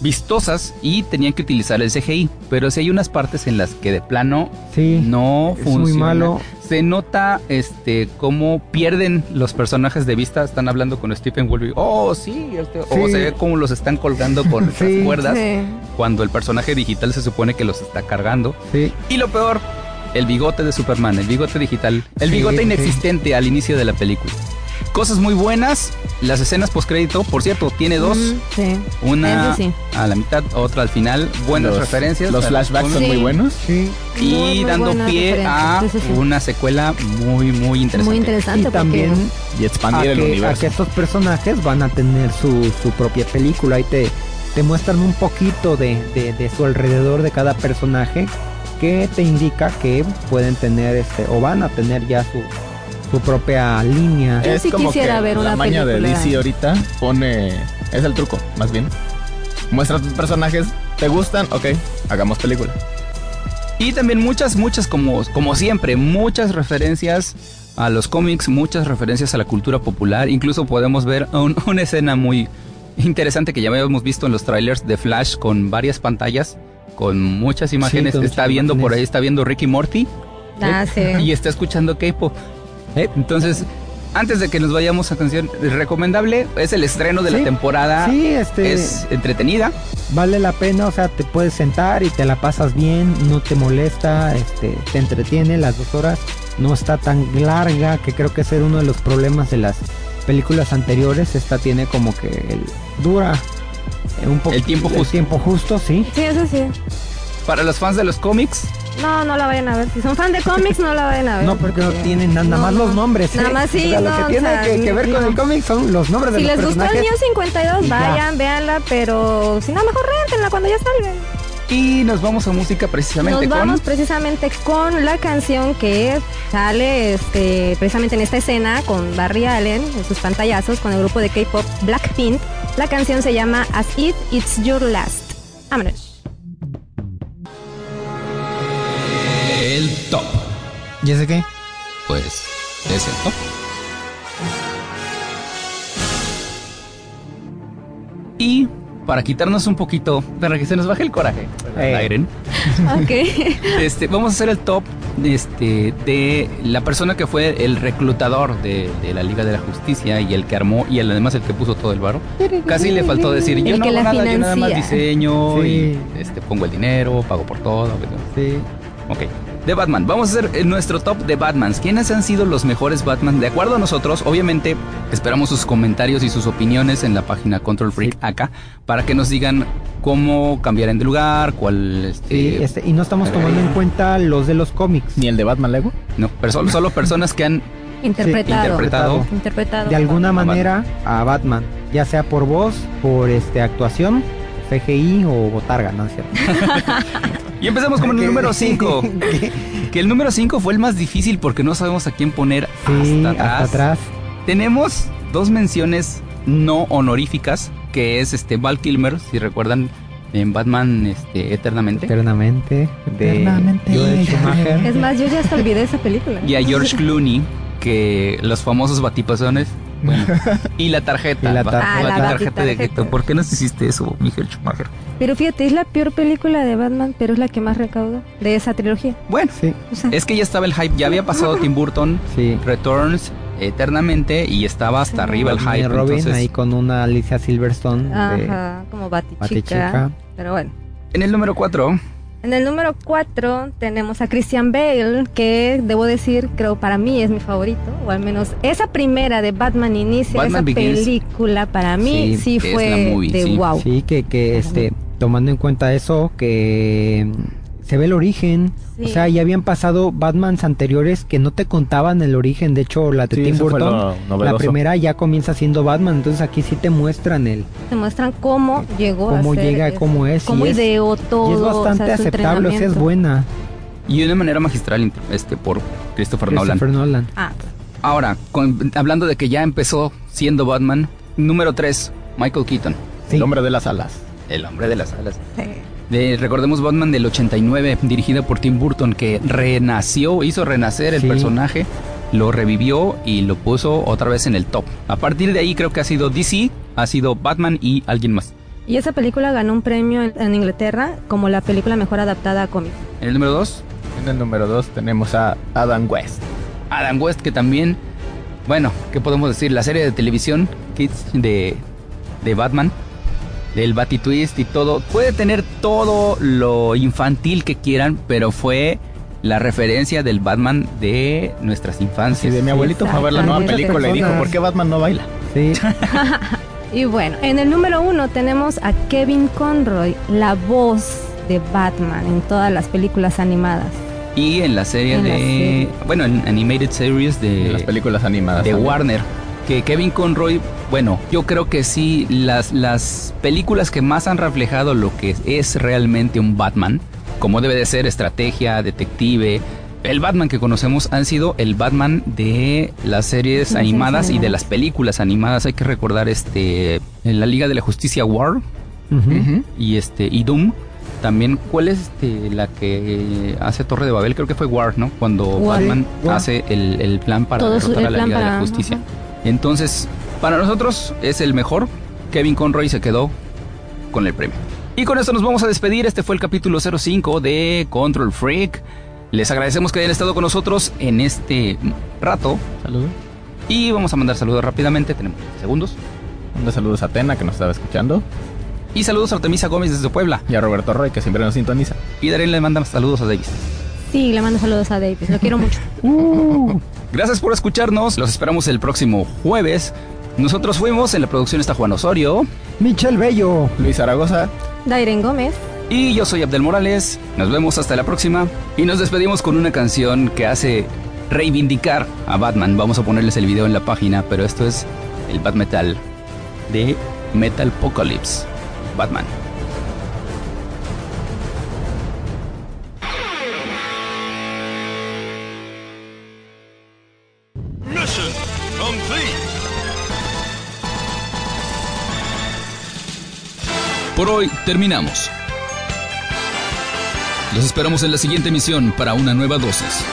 [SPEAKER 1] Vistosas y tenían que utilizar el CGI. Pero sí hay unas partes en las que de plano
[SPEAKER 2] Sí.
[SPEAKER 1] no
[SPEAKER 2] es muy
[SPEAKER 1] funciona.
[SPEAKER 2] malo.
[SPEAKER 1] Se nota este cómo pierden los personajes de vista. Están hablando con Stephen Wolby. Oh, sí. este- O
[SPEAKER 2] Sí.
[SPEAKER 1] se ve cómo los están colgando con
[SPEAKER 2] Sí.
[SPEAKER 1] las cuerdas.
[SPEAKER 3] Sí.
[SPEAKER 1] Cuando el personaje digital se supone que los está cargando.
[SPEAKER 2] Sí.
[SPEAKER 1] Y lo peor, el bigote de Superman, el bigote digital, el
[SPEAKER 2] Sí,
[SPEAKER 1] bigote
[SPEAKER 2] sí.
[SPEAKER 1] inexistente al inicio de la película. Cosas muy buenas, las escenas postcrédito, por cierto, tiene dos,
[SPEAKER 3] Mm, sí.
[SPEAKER 1] una
[SPEAKER 3] eso sí.
[SPEAKER 1] a la mitad, otra al final, buenas
[SPEAKER 4] Los-
[SPEAKER 1] referencias.
[SPEAKER 4] Los flashbacks son
[SPEAKER 3] Sí.
[SPEAKER 4] muy buenos.
[SPEAKER 2] Sí.
[SPEAKER 1] Y
[SPEAKER 3] Muy, muy
[SPEAKER 1] dando
[SPEAKER 3] buenas
[SPEAKER 1] pie a
[SPEAKER 3] referencias, eso sí.
[SPEAKER 1] una secuela muy, muy interesante.
[SPEAKER 3] Muy interesante.
[SPEAKER 2] Y
[SPEAKER 3] porque-
[SPEAKER 2] también
[SPEAKER 4] Y
[SPEAKER 2] a
[SPEAKER 4] expandir el
[SPEAKER 2] que, a que
[SPEAKER 4] universo.
[SPEAKER 2] estos personajes van a tener su, su propia película y te, te muestran un poquito de, de- de su alrededor de cada personaje que te indica que pueden tener este o van a tener ya su, su propia línea.
[SPEAKER 3] Yo sí quisiera ver
[SPEAKER 4] la
[SPEAKER 3] una
[SPEAKER 4] maña de
[SPEAKER 3] película.
[SPEAKER 4] DC ahorita pone... Es el truco, más bien. Muestra tus personajes, te gustan, ok, hagamos película.
[SPEAKER 1] Y también muchas, muchas, como, como siempre, muchas referencias a los cómics, muchas referencias a la cultura popular. Incluso podemos ver un- una escena muy interesante que ya habíamos visto en los trailers de Flash con varias pantallas, con muchas imágenes.
[SPEAKER 2] con
[SPEAKER 1] está
[SPEAKER 2] muchas
[SPEAKER 1] viendo por
[SPEAKER 2] imágenes.
[SPEAKER 1] ahí, está viendo Ricky Morty ¿eh?
[SPEAKER 3] Ah, sí.
[SPEAKER 1] y está escuchando K-pop. ¿eh? Entonces, antes de que nos vayamos a canción, recomendable es el estreno de la
[SPEAKER 2] Sí,
[SPEAKER 1] temporada.
[SPEAKER 2] Sí, este
[SPEAKER 1] Es entretenida.
[SPEAKER 2] vale la pena, o sea, te puedes sentar y te la pasas bien, no te molesta, este, te entretiene las dos horas, no está tan larga, que creo que ese era uno de los problemas de las películas anteriores, esta tiene como que el- dura eh, un poco
[SPEAKER 1] El tiempo justo.
[SPEAKER 2] tiempo justo, sí.
[SPEAKER 3] Sí, eso sí.
[SPEAKER 1] Para los fans de los cómics,
[SPEAKER 3] No, no la vayan a ver. Si son fan de cómics, no la vayan a ver.
[SPEAKER 2] No, porque no tienen nada,
[SPEAKER 3] No,
[SPEAKER 2] más
[SPEAKER 3] no.
[SPEAKER 2] los nombres.
[SPEAKER 3] Nada
[SPEAKER 2] ¿eh?
[SPEAKER 3] más sí,
[SPEAKER 2] O sea, lo
[SPEAKER 3] no,
[SPEAKER 2] que
[SPEAKER 3] o
[SPEAKER 2] tiene
[SPEAKER 3] sea,
[SPEAKER 2] que, que ver con
[SPEAKER 3] no.
[SPEAKER 2] el cómic son los nombres de
[SPEAKER 3] Si
[SPEAKER 2] los
[SPEAKER 3] les gustó el
[SPEAKER 2] personajes.
[SPEAKER 3] New 52,
[SPEAKER 2] Y ya.
[SPEAKER 3] vayan, véanla, pero si no, mejor rentenla cuando ya salga.
[SPEAKER 1] Y nos vamos a música precisamente
[SPEAKER 3] Nos
[SPEAKER 1] con.
[SPEAKER 3] vamos precisamente con la canción que sale este, precisamente en esta escena con Barry Allen en sus pantallazos con el grupo de K-pop Blackpink. La canción se llama As It It's Your Last. Vámonos.
[SPEAKER 1] El top.
[SPEAKER 2] ¿Y ese qué?
[SPEAKER 1] Pues es el top. Y para quitarnos un poquito, para que se nos baje el coraje,
[SPEAKER 2] Eh.
[SPEAKER 1] Airen,
[SPEAKER 3] Ok.
[SPEAKER 1] este, vamos a hacer el top este, de la persona que fue el reclutador de, de la Liga de la Justicia y el que armó y el- además el que puso todo el varo. Casi le faltó decir, yo
[SPEAKER 3] El
[SPEAKER 1] no
[SPEAKER 3] que
[SPEAKER 1] hago
[SPEAKER 3] la
[SPEAKER 1] nada, yo nada más
[SPEAKER 3] financia".
[SPEAKER 1] diseño
[SPEAKER 2] Sí.
[SPEAKER 1] y este, pongo el dinero, pago por todo. pues, ¿no?
[SPEAKER 2] Sí.
[SPEAKER 1] Ok. De Batman. Vamos a hacer eh, nuestro top de Batmans. ¿Quiénes han sido los mejores Batman? De acuerdo a nosotros, obviamente esperamos sus comentarios y sus opiniones en la página Control Freak acá para que nos digan cómo cambiarán de lugar, cuál...
[SPEAKER 2] Sí,
[SPEAKER 1] Este,
[SPEAKER 2] este, y no estamos tomando en cuenta los de los cómics.
[SPEAKER 4] Ni el de Batman Lego.
[SPEAKER 1] No, pero solo, solo personas que han
[SPEAKER 3] Interpretado.
[SPEAKER 1] interpretado.
[SPEAKER 3] Interpretado.
[SPEAKER 2] de alguna
[SPEAKER 1] A Batman.
[SPEAKER 2] manera a Batman, ya sea por voz, por este actuación, CGI o botarga, ¿no es cierto?
[SPEAKER 1] Y empezamos con el número 5. que el número 5 fue el más difícil porque no sabemos a quién poner
[SPEAKER 2] Sí,
[SPEAKER 1] hasta atrás.
[SPEAKER 2] hasta atrás.
[SPEAKER 1] Tenemos dos menciones no honoríficas, que es este Val Kilmer, si recuerdan, en Batman este, Eternamente.
[SPEAKER 2] Eternamente. De Joel Schumacher.
[SPEAKER 3] Es más, yo ya hasta olvidé esa película.
[SPEAKER 1] y a George Clooney, que los famosos batipazones. Bueno, y la tarjeta.
[SPEAKER 2] Y la
[SPEAKER 1] va-
[SPEAKER 2] tar- Ah, la
[SPEAKER 1] tarjeta de
[SPEAKER 3] batitarjeta.
[SPEAKER 1] Héctor. ¿Por qué nos hiciste eso, Miguel Schumacher?
[SPEAKER 3] Pero fíjate, es la peor película de Batman, pero es la que más recauda de esa trilogía.
[SPEAKER 1] Bueno,
[SPEAKER 2] Sí,
[SPEAKER 3] O sea,
[SPEAKER 1] es que ya estaba el hype, ya había pasado Tim Burton,
[SPEAKER 2] sí.
[SPEAKER 1] Returns, Eternamente, y estaba hasta arriba el
[SPEAKER 2] Batman y
[SPEAKER 1] hype.
[SPEAKER 2] Robin
[SPEAKER 1] entonces-
[SPEAKER 2] ahí con una Alicia Silverstone. de-
[SPEAKER 3] ajá, como Batichica.
[SPEAKER 2] Batichica.
[SPEAKER 3] Pero bueno.
[SPEAKER 1] en el número 4,
[SPEAKER 3] En el número 4 tenemos a Christian Bale, que debo decir, creo para mí es mi favorito, o al menos esa primera de Batman Inicia,
[SPEAKER 1] Batman
[SPEAKER 3] esa
[SPEAKER 1] Begins.
[SPEAKER 3] película para mí
[SPEAKER 1] Sí,
[SPEAKER 3] sí,
[SPEAKER 1] es
[SPEAKER 3] fue
[SPEAKER 1] la movie,
[SPEAKER 3] de
[SPEAKER 1] sí.
[SPEAKER 3] wow.
[SPEAKER 2] Sí, que, que este, tomando en cuenta eso, que mm, se ve el origen.
[SPEAKER 3] Sí.
[SPEAKER 2] O sea, ya habían pasado Batmans anteriores que no te contaban el origen. De hecho, la de
[SPEAKER 4] Sí,
[SPEAKER 2] Tim
[SPEAKER 4] eso fue
[SPEAKER 2] Burton,
[SPEAKER 4] lo
[SPEAKER 2] la
[SPEAKER 4] novedoso.
[SPEAKER 2] primera ya comienza siendo Batman. Entonces aquí sí te muestran el
[SPEAKER 3] Te muestran cómo llegó a
[SPEAKER 2] cómo
[SPEAKER 3] ser
[SPEAKER 2] llega,
[SPEAKER 3] eso,
[SPEAKER 2] cómo es.
[SPEAKER 3] cómo
[SPEAKER 2] y es,
[SPEAKER 3] ideó
[SPEAKER 2] y
[SPEAKER 3] todo.
[SPEAKER 2] es bastante
[SPEAKER 3] o sea, su
[SPEAKER 2] aceptable, o sea, es
[SPEAKER 3] entrenamiento.
[SPEAKER 2] buena.
[SPEAKER 1] y de una manera magistral inter- este, por Christopher Nolan.
[SPEAKER 2] Christopher Nolan.
[SPEAKER 3] Ah,
[SPEAKER 1] Ahora, con- hablando de que ya empezó siendo Batman, número 3, Michael Keaton,
[SPEAKER 2] Sí.
[SPEAKER 4] El hombre de las alas.
[SPEAKER 1] el hombre de las alas.
[SPEAKER 3] sí.
[SPEAKER 1] De- recordemos Batman del 89, dirigida por Tim Burton, que renació, hizo renacer el
[SPEAKER 2] Sí.
[SPEAKER 1] personaje, lo revivió y lo puso otra vez en el top. A partir de ahí creo que ha sido DC, ha sido Batman y alguien más.
[SPEAKER 3] Y esa película ganó un premio en, en Inglaterra como la película mejor adaptada a cómic.
[SPEAKER 1] En el número 2,
[SPEAKER 4] En el número 2 tenemos a Adam West.
[SPEAKER 1] Adam West, que también, bueno, ¿qué podemos decir? La serie de televisión, Kids, de, de Batman, del Batitwist y todo, puede tener todo lo infantil que quieran, pero fue la referencia del Batman de nuestras
[SPEAKER 4] Sí,
[SPEAKER 1] infancias.
[SPEAKER 4] de mi abuelito fue a ver la nueva
[SPEAKER 3] Muchas
[SPEAKER 4] película y dijo,
[SPEAKER 2] personas.
[SPEAKER 4] ¿por qué Batman no baila?
[SPEAKER 2] Sí,
[SPEAKER 3] Y bueno, en el número uno tenemos a Kevin Conroy, la voz de Batman en todas las películas animadas.
[SPEAKER 1] Y en la serie
[SPEAKER 3] En
[SPEAKER 1] de,
[SPEAKER 3] la serie.
[SPEAKER 1] bueno, en Animated Series
[SPEAKER 4] De las
[SPEAKER 1] de,
[SPEAKER 4] películas animadas.
[SPEAKER 1] de
[SPEAKER 4] también.
[SPEAKER 1] Warner. Que Kevin Conroy, bueno, yo creo que sí, las, las películas que más han reflejado lo que es realmente un Batman, como debe de ser estrategia, detective, el Batman que conocemos han sido el Batman de las series
[SPEAKER 3] Las
[SPEAKER 1] animadas y
[SPEAKER 3] series
[SPEAKER 1] de las películas animadas. Hay que recordar este, en la Liga de la Justicia War
[SPEAKER 2] ujú.
[SPEAKER 4] Ujú.
[SPEAKER 1] y este y Doom. También, ¿cuál es este, la que hace Torre de Babel? Creo que fue War, ¿no? Cuando
[SPEAKER 3] War.
[SPEAKER 1] Batman
[SPEAKER 2] Sí, War.
[SPEAKER 1] hace el, el plan para
[SPEAKER 3] Todo su-
[SPEAKER 1] derrotar a
[SPEAKER 3] el
[SPEAKER 1] la
[SPEAKER 3] plan
[SPEAKER 1] Liga de la
[SPEAKER 3] para-
[SPEAKER 1] Justicia.
[SPEAKER 3] ajá.
[SPEAKER 1] Entonces, para nosotros es el mejor. Kevin Conroy se quedó con el premio. Y con esto nos vamos a despedir. Este fue el capítulo 05 de Control Freak. Les agradecemos que hayan estado con nosotros en este rato.
[SPEAKER 4] Saludos.
[SPEAKER 1] Y vamos a mandar saludos rápidamente. Tenemos segundos.
[SPEAKER 4] Mando saludos a Atena, que nos estaba escuchando.
[SPEAKER 1] Y saludos a Artemisa Gómez desde Puebla.
[SPEAKER 4] Y a Roberto Roy, que siempre nos sintoniza.
[SPEAKER 1] Y Darén le manda saludos a Davis.
[SPEAKER 3] Sí, le mando saludos a Davis, lo quiero mucho.
[SPEAKER 1] Gracias por escucharnos. Los esperamos el próximo jueves. Nosotros fuimos, en la producción está Juan Osorio.
[SPEAKER 2] Michelle Bello.
[SPEAKER 4] Luis Zaragoza,
[SPEAKER 3] Dairen Gómez,
[SPEAKER 1] Y yo soy Abdel Morales. Nos vemos hasta la próxima. Y nos despedimos con una canción que hace reivindicar a Batman. Vamos a ponerles el video en la página, pero esto es el Bat Metal de Metal Apocalypse. Batman.
[SPEAKER 8] Mission complete.
[SPEAKER 1] Por hoy terminamos. Los esperamos en la siguiente emisión para una nueva dosis.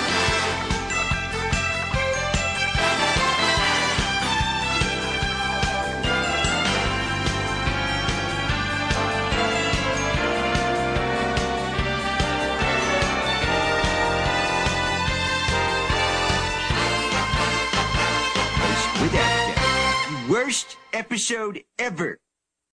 [SPEAKER 9] Place with that. The worst episode ever.